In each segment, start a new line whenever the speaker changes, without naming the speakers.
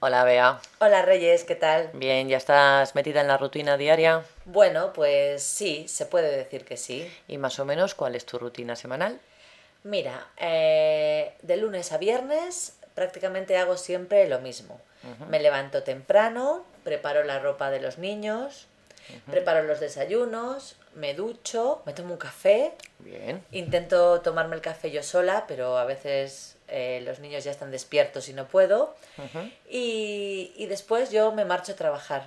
Hola, Bea.
Hola Reyes, ¿qué tal?
Bien, ¿ya estás metida en la rutina diaria?
Bueno, pues sí, se puede decir que sí.
Y más o menos, ¿cuál es tu rutina semanal?
Mira, eh, de lunes a viernes prácticamente hago siempre lo mismo. Me levanto temprano, preparo la ropa de los niños, preparo los desayunos, me ducho, me tomo un café,
Bien.
intento tomarme el café yo sola, pero a veces eh, los niños ya están despiertos y no puedo.
Ujú.
Y, y después yo me marcho a trabajar.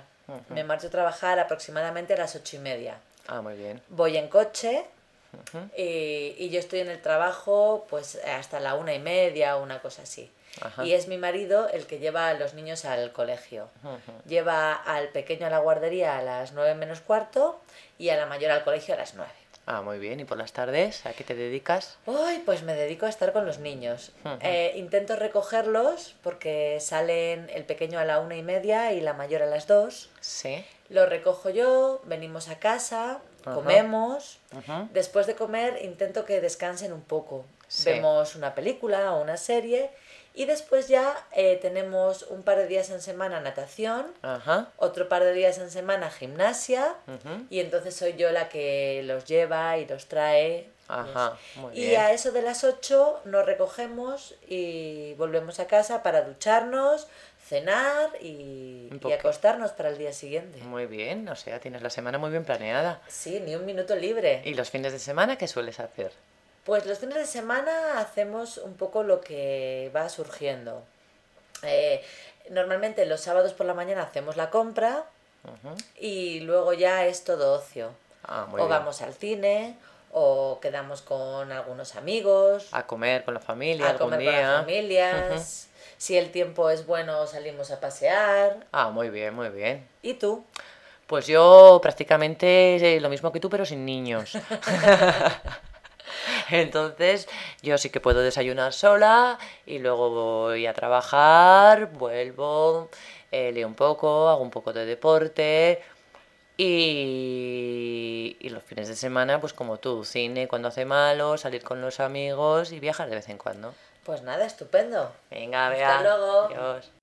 Me marcho a trabajar aproximadamente a las ocho y media.
Ah, muy bien.
Voy en coche
Ujú.
y, y yo estoy en el trabajo pues hasta la una y media o una cosa así.
Ajá.
Y es mi marido el que lleva a los niños al colegio.
Ujú.
Lleva al pequeño a la guardería a las nueve menos cuarto y a la mayor al colegio a las nueve.
Ah, muy bien. ¿Y por las tardes? ¿A qué te dedicas?
Ay, pues me dedico a estar con los niños.
Ujú.
Eh, intento recogerlos porque salen el pequeño a la una y media y la mayor a las dos.
Sí.
Lo recojo yo, venimos a casa,
Ajá.
comemos.
Ujú.
Después de comer intento que descansen un poco.
Sí.
Vemos una película o una serie y después ya eh, tenemos un par de días en semana natación,
Ajá.
otro par de días en semana gimnasia
Ujú.
y entonces soy yo la que los lleva y los trae.
Ajá, muy
Pues, y
bien.
a eso de las 8 nos recogemos y volvemos a casa para ducharnos, cenar y,
Un
y
poco. Mm.
acostarnos para el día siguiente.
Muy bien. O sea, tienes la semana muy bien planeada.
Sí, ni un minuto libre.
¿Y los fines de semana qué sueles hacer?
Pues los fines de semana hacemos un poco lo que va surgiendo. Eh, normalmente los sábados por la mañana hacemos la compra
Ujú.
y luego ya es todo ocio.
Ah, muy
o
bien.
vamos al cine, o quedamos con algunos amigos,
A comer con la familia
a
algún
comer
día.
con las familias. Si el tiempo es bueno, salimos a pasear.
Ah, muy bien, muy bien.
¿Y tú?
Pues yo prácticamente eh, lo mismo que tú, pero sin niños. Entonces, yo sí que puedo desayunar sola y luego voy a trabajar, vuelvo, eh, leo un poco, hago un poco de deporte y, y los fines de semana, pues como tú, cine cuando hace malo, salir con los amigos y viajar de vez en cuando.
Pues nada, estupendo.
Venga,
Hasta
vea.
luego.
Adiós.